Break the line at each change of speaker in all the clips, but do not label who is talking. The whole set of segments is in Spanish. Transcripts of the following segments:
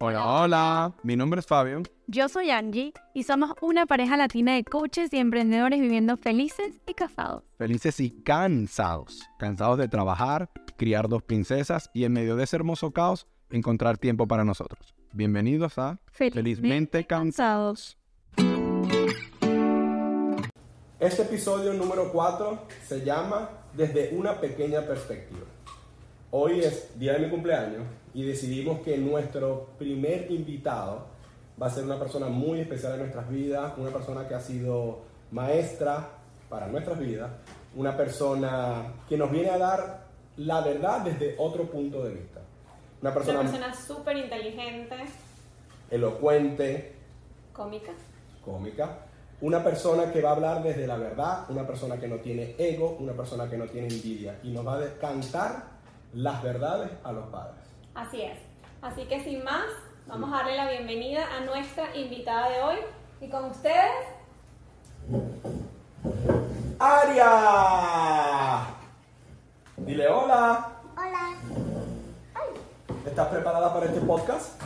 Hola, hola. Mi nombre es Fabio.
Yo soy Angie y somos una pareja latina de coaches y emprendedores viviendo felices y casados.
Felices y cansados. Cansados de trabajar, criar dos princesas y en medio de ese hermoso caos encontrar tiempo para nosotros. Bienvenidos a Felizmente
cansados.
Este episodio número 4 se llama Desde una pequeña perspectiva. Hoy es día de mi cumpleaños y decidimos que nuestro primer invitado va a ser una persona muy especial en nuestras vidas, una persona que ha sido maestra para nuestras vidas, una persona que nos viene a dar la verdad desde otro punto de vista. Una
Una
persona,
persona súper inteligente,
elocuente,
cómica.
cómica. Una persona que va a hablar desde la verdad, una persona que no tiene ego, una persona que no tiene envidia y nos va a descantar las verdades a los padres.
Así es. Así que sin más, vamos a darle la bienvenida a nuestra invitada de hoy. Y con ustedes,
¡Aria! Dile hola. Hola. ¿Estás preparada para este podcast?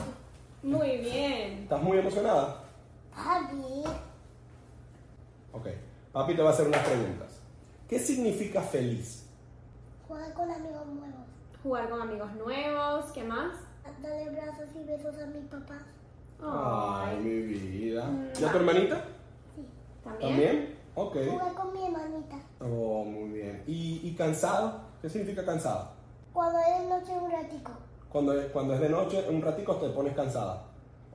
muy bien.
¿Estás muy emocionada?
Papi,
Ok. Papi te va a hacer unas preguntas. ¿Qué significa feliz?
juega con amigos nuevos.
Jugar con amigos nuevos, ¿qué más?
Dale brazos y besos a mi papá.
Ay,
mi vida. ¿Y a tu hermanita?
Mm. ¿También?
¿También? Ok.
Juega con mi hermanita.
Oh, muy bien. ¿Y, y cansado? ¿Qué significa cansado?
Cuando es noche un ratico.
Cuando es, cuando es de noche, un ratico te pones cansada.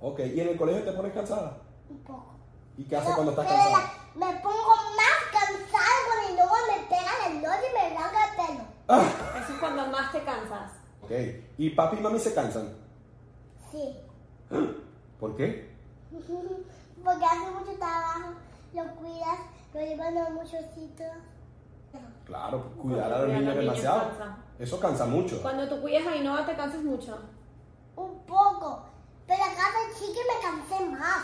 Ok. ¿Y en el colegio te pones cansada?
Un poco.
¿Y qué haces cuando estás
Pero la-
cansada?
me pongo más cansada cuando y luego me pega la luz y me arranca el pelo.
Eso es cuando más te cansas.
Ok. ¿Y papi y mami se cansan?
Sí.
¿Por qué?
Porque hace mucho trabajo, lo cuidas, lo llevan a muchos sitios.
Claro, cuidar a
Cuidar a
los
los
niños
niños
demasiado.
cansa.
Eso cansa mucho.
Cuando tú cuidas a Innova te cansas mucho.
Un poco. Pero acá de chica me cansé más.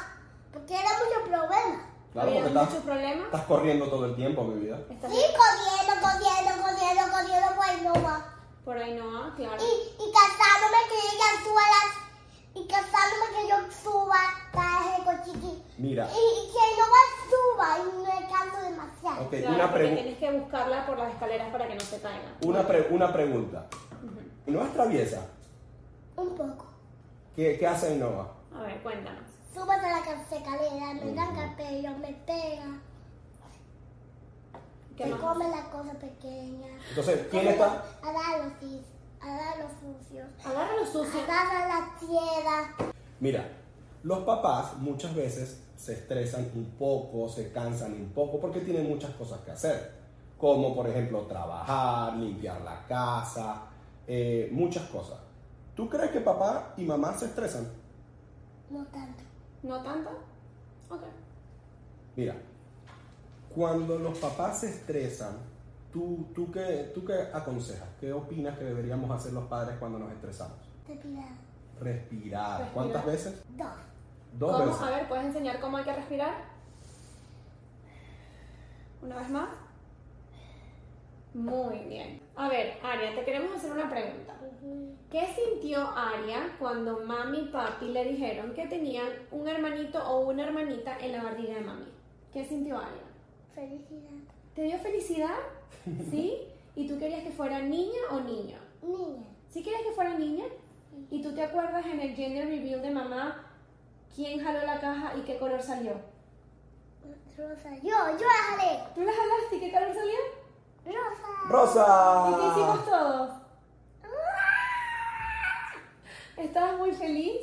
Porque era mucho problema.
Claro,
Había
porque
muchos
estás,
problemas.
estás corriendo todo el tiempo, mi vida.
Estás
Sí, corriendo, corriendo, corriendo, corriendo, pues no va.
por Ainhoa, claro.
Y, y casándome que ella suba las... Y casándome que yo suba para el cochiqui.
Mira.
Y, y que no va suba y me canso demasiado.
Ok,
Claro,
una,
porque
pregu-
tienes que buscarla por las escaleras para que no se caiga.
una, pre- una pregunta. ¿No es traviesa?
Un poco.
¿Qué, qué hace Innova?
A ver, cuéntanos.
Subas a la ca- escalera, me arranca el pelo, me pega.
¿Qué
se
más?
come la cosa pequeña.
Entonces, ¿quién está?
Agarra los cis, agarra los sucios.
Agarra lo sucio.
Agarra la tierra.
Mira, los papás muchas veces se estresan un poco, se cansan un poco, porque tienen muchas cosas que hacer, como por ejemplo trabajar, limpiar la casa, eh, muchas cosas. ¿Tú crees que papá y mamá se estresan?
No tanto.
¿No tanto? Ok.
Mira, cuando los papás se estresan, ¿tú, tú, qué, ¿tú qué aconsejas? ¿Qué opinas que deberíamos hacer los padres cuando nos estresamos?
Te pida
Respirar.
Respirar.
¿Cuántas veces?
dos.
Dos
¿Cómo?
veces.
A ver, ¿puedes enseñar cómo hay que respirar? Una vez más. Muy bien. A ver, Aria, te queremos hacer una pregunta. ¿Qué sintió Aria cuando mami y papi le dijeron que tenían un hermanito o una hermanita en la barriga de mami? ¿Qué sintió Aria?
Felicidad.
¿Te dio felicidad? ¿Sí? ¿Y tú querías que fuera niña o niño?
Niña.
Si quieres que fuera niña y tú te acuerdas en el gender reveal de mamá quién jaló la caja y qué color salió.
Rosa. Yo, yo haré.
¿Tú la jalaste y qué color salió?
Rosa.
¡Rosa!
¿Y qué
Ah.
hicimos todos? ¿Estabas muy feliz?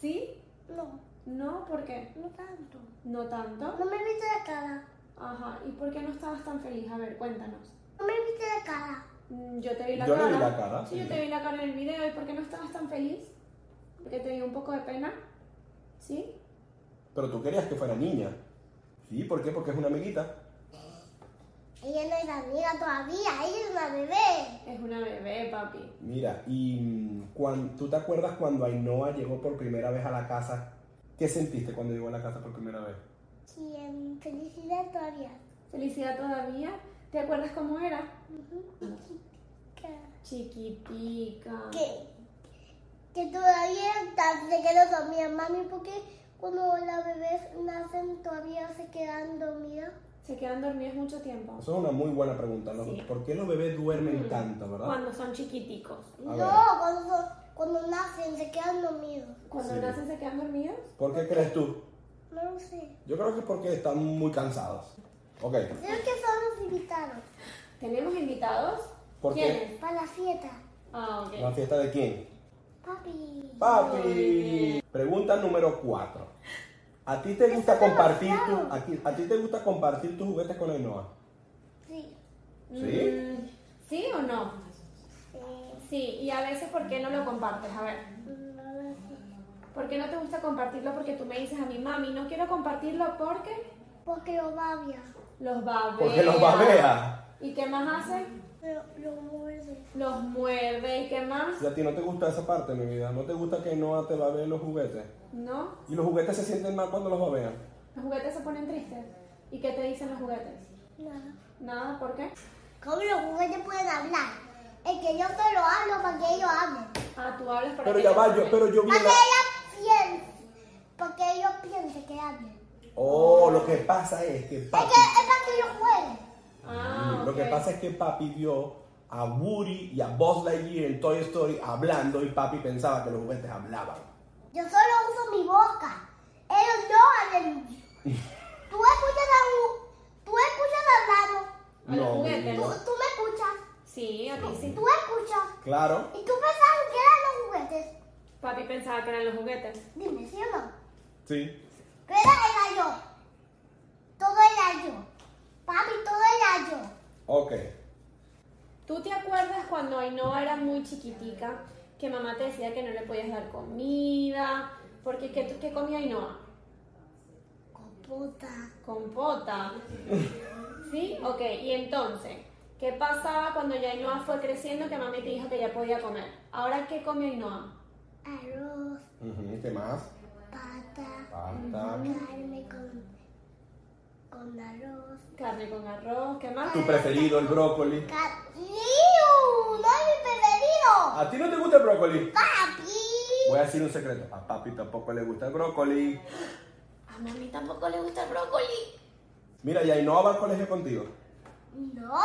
¿Sí?
No,
No, ¿por qué?
no tanto.
No tanto.
No me viste la cara.
Ajá, ¿y por qué no estabas tan feliz? A ver, cuéntanos.
No me viste la cara.
Mm, Yo te vi la
Yo le
cara.
vi la cara,
Sí,
sí.
yo te vi la cara en el video. ¿Y por qué no estabas tan feliz? ¿Porque te dio un poco de pena? ¿Sí?
Pero tú querías que fuera niña. ¿Sí? ¿Por qué? Porque es una amiguita.
Ella no es amiga todavía. Ella es una bebé.
Es una bebé, papi.
Mira, y cuando, ¿tú te acuerdas cuando Ainhoa llegó por primera vez a la casa? ¿Qué sentiste cuando llegó a la casa por primera vez?
Sí, em, felicidad todavía.
Felicidad todavía. ¿Te acuerdas cómo era?
Que,
Chiquitica.
que, que todavía tan- de que quiero dormir, mami, porque cuando las bebés nacen todavía se quedan dormidas.
Se quedan dormidos mucho tiempo.
Eso es una muy buena pregunta. ¿no?
Sí. Mm.
¿Por qué los bebés duermen tanto, verdad?
Cuando son chiquiticos.
A
no,
ver.
cuando, son- cuando nacen se quedan dormidos.
Cuando
Sí.
nacen se quedan dormidos.
¿Por qué crees tú?
No lo sé.
Yo creo que es porque están muy cansados. Ok,
Creo que son los invitados
¿Tenemos invitados?
¿Por qué?
¿Quiénes?
para la fiesta.
Ah, ok.
¿la fiesta de quién?
Papi.
Papi. Pregunta número 4. ¿A ti te gusta compartir tu, a, ti, a ti te gusta compartir tus juguetes con Ainhoa?
Sí.
¿Sí?
Mm, ¿Sí o no?
Sí.
Sí, y a veces ¿por qué no lo compartes? A ver,
No lo sé.
¿por qué no te gusta compartirlo? Porque tú me dices a mi mami, no quiero compartirlo porque
Porque lo babia.
los babea.
Porque los babea.
¿Y qué más hace?
Pero lo muerde.
Los muerde. ¿Y qué más?
Y a ti no te gusta esa parte, mi vida. ¿No te gusta que Ainhoa te babee los juguetes?
¿No?
¿Y los juguetes se sienten mal cuando los babean?
Los juguetes se ponen tristes. ¿Y qué te dicen los juguetes?
Nada.
Nada, ¿por qué?
¿Cómo los juguetes pueden hablar? Es que yo solo hablo para que ellos hablen.
Ah, tú hablas para
Pero
que
ya
ellos
va, yo,
hablen.
pero yo vi
Para que
la...
ellos piensen. Para que ellos piensen que hablen.
Oh, lo que pasa es que
Es,
papi...
que, es para que ellos jueguen.
Ah,
Mm, Lo que
ok.
pasa es que papi vio a Woody y a Buzz Lightyear en Toy Story hablando y papi pensaba que los juguetes hablaban.
Yo solo uso mi boca. Ellos no hablan. Tú escuchas a un... Tú escuchas al lado.
A los
No,
juguetes.
Tú,
no.
tú me escuchas.
Sí, a ti sí.
Tú escuchas.
Claro.
Y tú pensabas que eran los juguetes.
Papi pensaba que eran los juguetes.
Dime, ¿sí o no?
Sí.
Pero era yo. Todo era yo. Papi, todo era yo.
Ok.
¿Tú te acuerdas cuando Ainhoa era muy chiquitica que mamá te decía que no le podías dar comida? Porque ¿qué, qué comía Ainhoa?
Compota.
Compota. ¿Sí? Ok, y entonces, ¿qué pasaba cuando ya Ainhoa fue creciendo que mami te dijo que ya podía comer? Ahora, ¿qué come Ainhoa?
Arroz,
Ujú, ¿Qué más?
pata,
Pasta.
carne con, con arroz.
Carne con arroz, ¿qué más?
Tu preferido, el brócoli.
Ca- ¡Liu! ¡No es mi preferido!
¿A ti no te gusta el brócoli?
¡Papi!
Voy a decir un secreto. A papi tampoco le gusta el brócoli.
A mami tampoco le gusta el brócoli.
Mira, y Ainhoa va al colegio contigo.
¡No!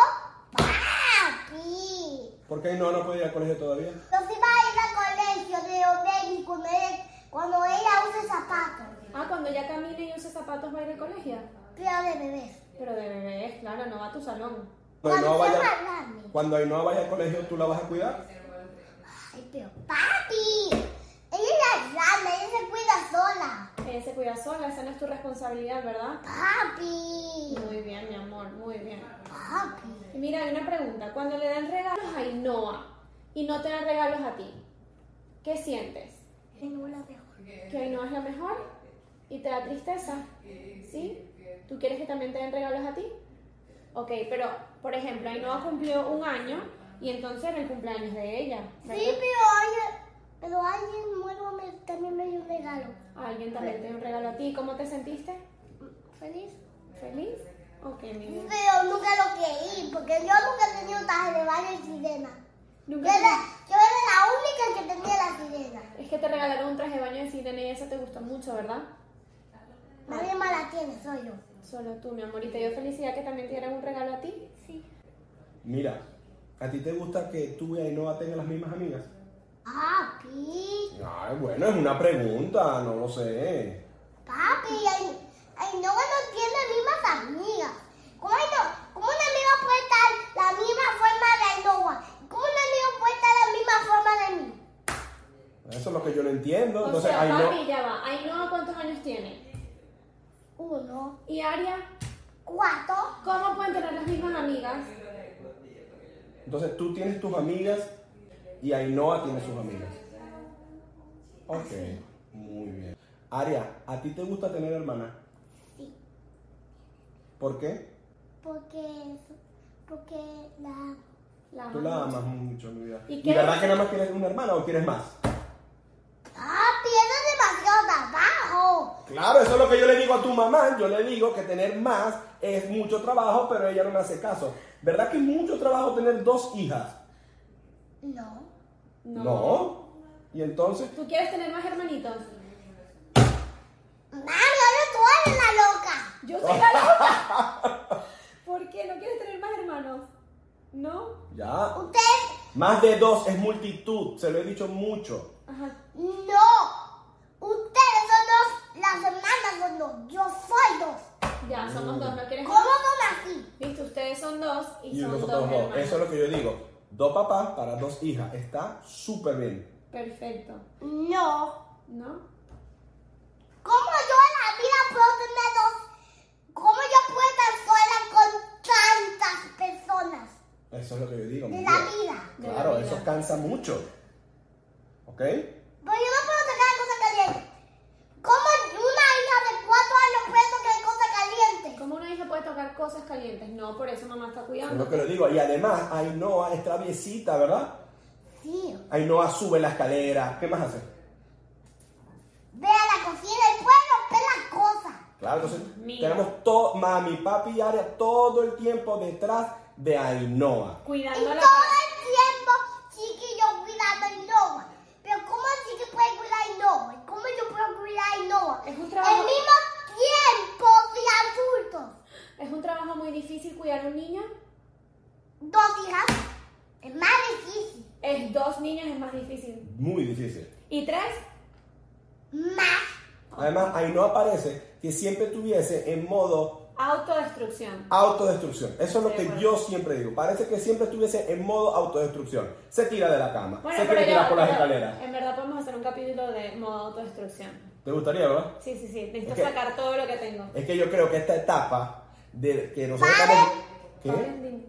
¡Papi!
¿Por qué Ainhoa no puede ir al colegio todavía?
Nos iba a ir al colegio de Odegi cuando ella, cuando ella usa zapatos.
Ah, cuando ya camina y usa zapatos va a ir al colegio.
Pero de bebés.
Pero de bebés, claro, no va a tu salón.
Cuando Ainhoa
Cuando sea
vaya,
más grande.
cuando Ainhoa vaya al colegio, ¿tú la vas a cuidar?
Ay, pero papi, ella es la grande, ella se cuida sola.
Ella Eh, se cuida sola, esa no es tu responsabilidad, ¿verdad?
Papi,
Muy bien, mi amor, muy bien.
papi,
Y Mira, hay una pregunta. Cuando le dan regalos a Ainhoa y no te dan regalos a ti, ¿qué sientes?
tengo la mejor.
¿Que Ainhoa es la mejor? ¿Y te da tristeza? ¿Sí? ¿Tú quieres que también te den regalos a ti? Ok, pero, por ejemplo, Ainhoa cumplió un año y entonces era el cumpleaños de ella. ¿verdad?
Sí, pero alguien, pero alguien nuevo me, también me dio un regalo.
Ah, Alguien también te dio un regalo a ti. ¿Cómo te sentiste?
¿Feliz?
¿Feliz? Ok, mi vida.
Pero nunca lo querí, porque yo nunca he tenido traje de baño y sirena. Yo
Nunca
era, yo era la única que tenía la sirena.
Es que te regalaron un traje de baño de sirena y eso te gustó mucho, ¿verdad?
Nadie más la tiene, soy yo.
Solo tú, mi amor. ¿Y te dio felicidad que también te dieran un regalo a ti?
Sí.
Mira, ¿a ti te gusta que tú y Ainhoa tengan las mismas amigas?
Papi,
Ay, bueno, es una pregunta, no lo sé.
Papi, ay, ay, no, no tiene mismas amigas. ¿Cómo, no- cómo una amiga puede estar la misma forma de Ainhoa? ¿Cómo una amiga puede estar la misma forma de mí?
Eso es lo que yo no entiendo.
O
Entonces,
sea, papi,
Ainhoa...
ya va. Ainhoa, ¿cuántos años tiene?
Uno,
¿Y Aria?
cuatro,
¿Cómo pueden tener las mismas amigas?
Entonces, tú tienes tus amigas y Ainhoa tiene sus amigas. Ok, muy bien. Aria, ¿a ti te gusta tener hermana?
Sí.
¿Por qué?
porque, porque la...
La
Tú la amas mucho, mi vida.
¿Y
¿Y,
qué?
verdad que nada más quieres una hermana o quieres más?
Papi, eso es demasiado trabajo.
Claro, eso es lo que yo le digo a tu mamá. Yo le digo que tener más es mucho trabajo, pero ella no me hace caso. ¿Verdad que es mucho trabajo tener dos hijas?
No,
No.
no. Y entonces...
¿Tú quieres tener más hermanitos?
Más de dos es multitud, se lo he dicho mucho.
Ajá.
No. Ustedes son dos. Las hermanas son dos. Yo soy dos.
Ya, somos dos, no quieres.
¿Cómo son así?
Listo, ustedes son dos y,
Y
son dos
nosotros dos.
hermanos.
Eso es lo que yo digo. Dos papás para dos hijas. Está súper bien.
Perfecto,
No.
¿no?
¿Cómo yo en la vida puedo tener dos? ¿Cómo yo puedo estar sola con tantas personas
Eso es lo que yo digo.
de
mi
la
vida.
vida?
De la
Claro,
vida.
eso cansa mucho. ¿Ok?
Pero Pues yo no puedo sacar cosa caliente. ¿Cómo una hija de cuatro años puede tocar cosa caliente?
¿Cómo una hija puede tocar cosas calientes? No, por eso mamá está
Eso es lo
cuidando.
que lo digo. Y además, Ainhoa es traviesita, ¿verdad?
Sí.
Ainhoa sube la escalera. ¿Qué más hace?
Ve a la cocina y puede romper las cosas.
Claro, entonces
Mira.
tenemos todo, mami, papi y Aria todo el tiempo detrás de Ainhoa.
Y todo
Cuidando
el
la
tiempo Chiqui yo cuidando a Innova. Pero ¿cómo Chiqui puede cuidar a Innova? ¿Y ¿Cómo yo puedo cuidar a Innova?
Es un
Al
trabajo.
mismo tiempo soy adulto.
Es un trabajo muy difícil cuidar un niño.
Dos hijas es más difícil.
Es dos niños es más difícil.
Muy difícil.
¿Y tres?
Más.
Además, Ainhoa parece que siempre tuviese en modo
Autodestrucción.
autodestrucción. Eso es lo
De
que
acuerdo.
yo siempre digo. Parece que siempre estuviese en modo autodestrucción. Se tira de la cama,
Bueno,
se
pero
quiere tirar
ya-
por las
pero
escaleras.
En verdad podemos hacer un capítulo de modo autodestrucción.
¿Te gustaría, verdad?
Sí, sí, sí. Necesito
Ok.
sacar todo lo que tengo.
Es que yo creo que esta etapa de que nosotros
Vale.
estamos- ¿Qué?
Pablo, dime.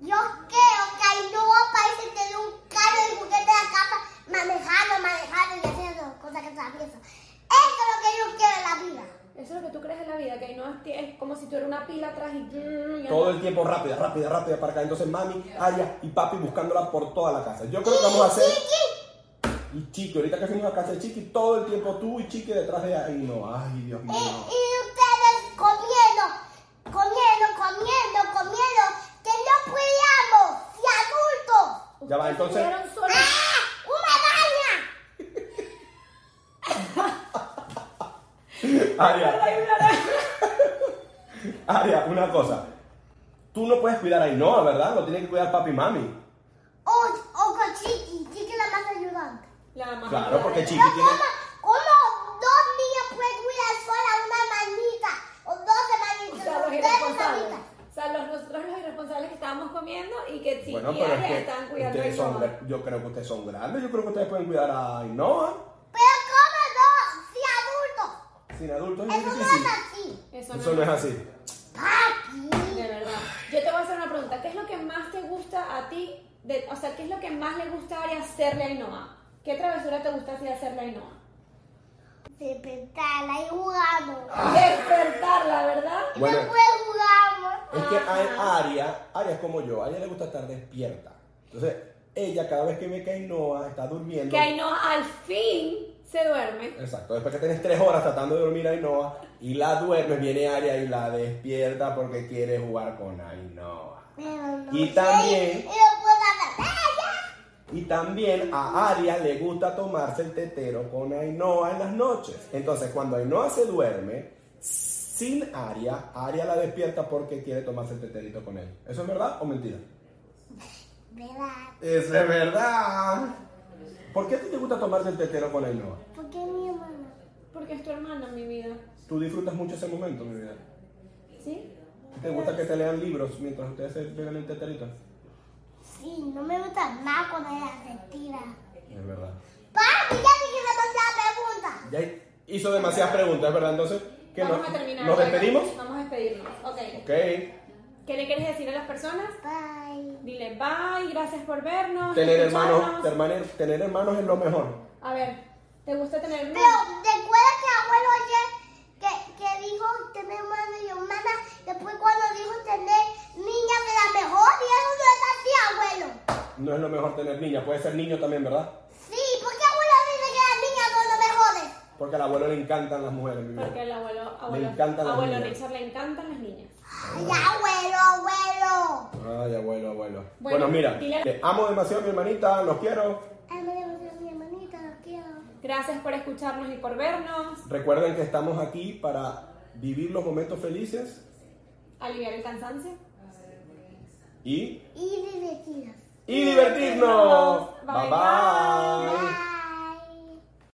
Yo creo que Innova parece tener un carro de juguete de la casa manejando, manejando y haciendo cosas que atraviesan. Eso es lo que yo quiero en la vida.
Eso es lo que tú crees en la vida, que no es, es como si tuviera una pila atrás y... y
Todo
anda.
el tiempo rápida, rápida, rápida para acá. Entonces mami, Aria y papi buscándola por toda la casa. Yo creo que vamos a hacer...
Chiqui,
Y Chiqui, ahorita que fuimos a casa de Chiqui, todo el tiempo tú y Chiqui detrás de ahí. No, ay, Dios mío.
y, y ustedes comiendo, comiendo, comiendo, comiendo, que no cuidamos, si adultos.
Ya va,
Ustedes
entonces-
tuvieron solo-
¡Ah! ¡Una baña!
Aria, Aria, una cosa. Tú no puedes cuidar a Ainhoa, ¿verdad? Lo tiene que cuidar papi y mami.
O, o con Chiqui, Chiqui la más ayudante.
La mamá.
Claro, porque Chiqui
Pero
tiene...
¿cómo, cómo dos niñas pueden cuidar sola una manita o dos
O sea, los
hermanitas? ustedes
irresponsables.
hermanitas.
O sea, los, nosotros los irresponsables que estábamos comiendo y que Chiqui
Bueno,
y
pero
Arias
es
estaban
que
cuidando a
ustedes son...
Innova.
gr- Yo creo que ustedes son grandes. Yo creo que ustedes pueden cuidar a Ainhoa.
Pero ¿cómo dos si adultos?
Sin adultos es
Eso no
difícil.
es así.
Eso
Eso no es así.
Papi.
De verdad. Yo te voy a hacer una pregunta. ¿Qué es lo que más te gusta a ti? de- o sea, ¿qué es lo que más le gusta a Arias hacerle a Innova? ¿Qué travesura te gusta a ti hacerle a Innova?
Se petala y jugamos.
Ah.
Despertarla, ¿verdad?
Bueno.
Después jugamos.
Es que hay
Ajá.
Aria, Aria es como yo, a ella le gusta estar despierta. Entonces, ella cada vez que ve que Ainhoa está durmiendo.
Que Ainhoa al fin se duerme.
Exacto, después que tienes tres horas tratando de dormir a Ainhoa y la duermes, viene Aria y la despierta porque quiere jugar con Ainhoa.
Pero no
Y
sé,
también-
Y lo puedo hacer. ¡Ah,
Y también a Aria le gusta tomarse el tetero con Ainhoa en las noches. Entonces, cuando Ainhoa se duerme, sin Aria, Aria la despierta porque quiere tomarse el teterito con él. ¿Eso es verdad o mentira?
ya! ¿Verdad?
Eso es verdad. ¿Por qué a ti te gusta tomarte el tetero con Ainhoa?
¿Por qué mi hermana?
Porque es tu hermana, mi vida.
Tú disfrutas mucho ese momento, mi vida.
¿Sí?
¿Te gusta que te lean libros mientras ustedes se beben el teterito?
Sí, no me gusta nada cuando ella se tira.
Es verdad.
Papi, ya te hice demasiadas preguntas.
Ya hizo demasiadas preguntas, es ¿verdad? Entonces, ¿qué
Vamos
nos,
a terminar.
¿nos
Oiga,
despedimos?
Vamos a despedirnos. Ok.
Ok.
¿Qué le quieres decir a las personas?
Bye.
Dile bye, gracias por vernos.
Tener hermanos,
escucharnos.
hermane- tener hermanos es lo mejor.
A ver, ¿te gusta tener
Pero recuerda que abuelo ayer que, que dijo tener hermano y hermana, después cuando dijo tener niña de la mejor, y eso no es así, abuelo.
No es lo mejor tener niña, puede ser niño también, ¿verdad?
Sí, porque abuelo dice que las niñas son los mejores.
Porque al abuelo le encantan las mujeres, mi
Porque
vida.
el abuelo, abuelo,
encantan las
abuelo
niñas.
Richard le encantan las niñas.
Ay, abuelo, abuelo.
Ay, abuelo, abuelo. Bueno,
Bueno,
mira,
dile-
te amo demasiado, mi hermanita, los quiero.
Ay, me devolvió mi hermanita, la quiero.
Gracias por escucharnos y por vernos.
Recuerden que estamos aquí para vivir los momentos felices
Aliviar el cansancio.
y,
Y divertidas.
y y divertirnos. Bye bye.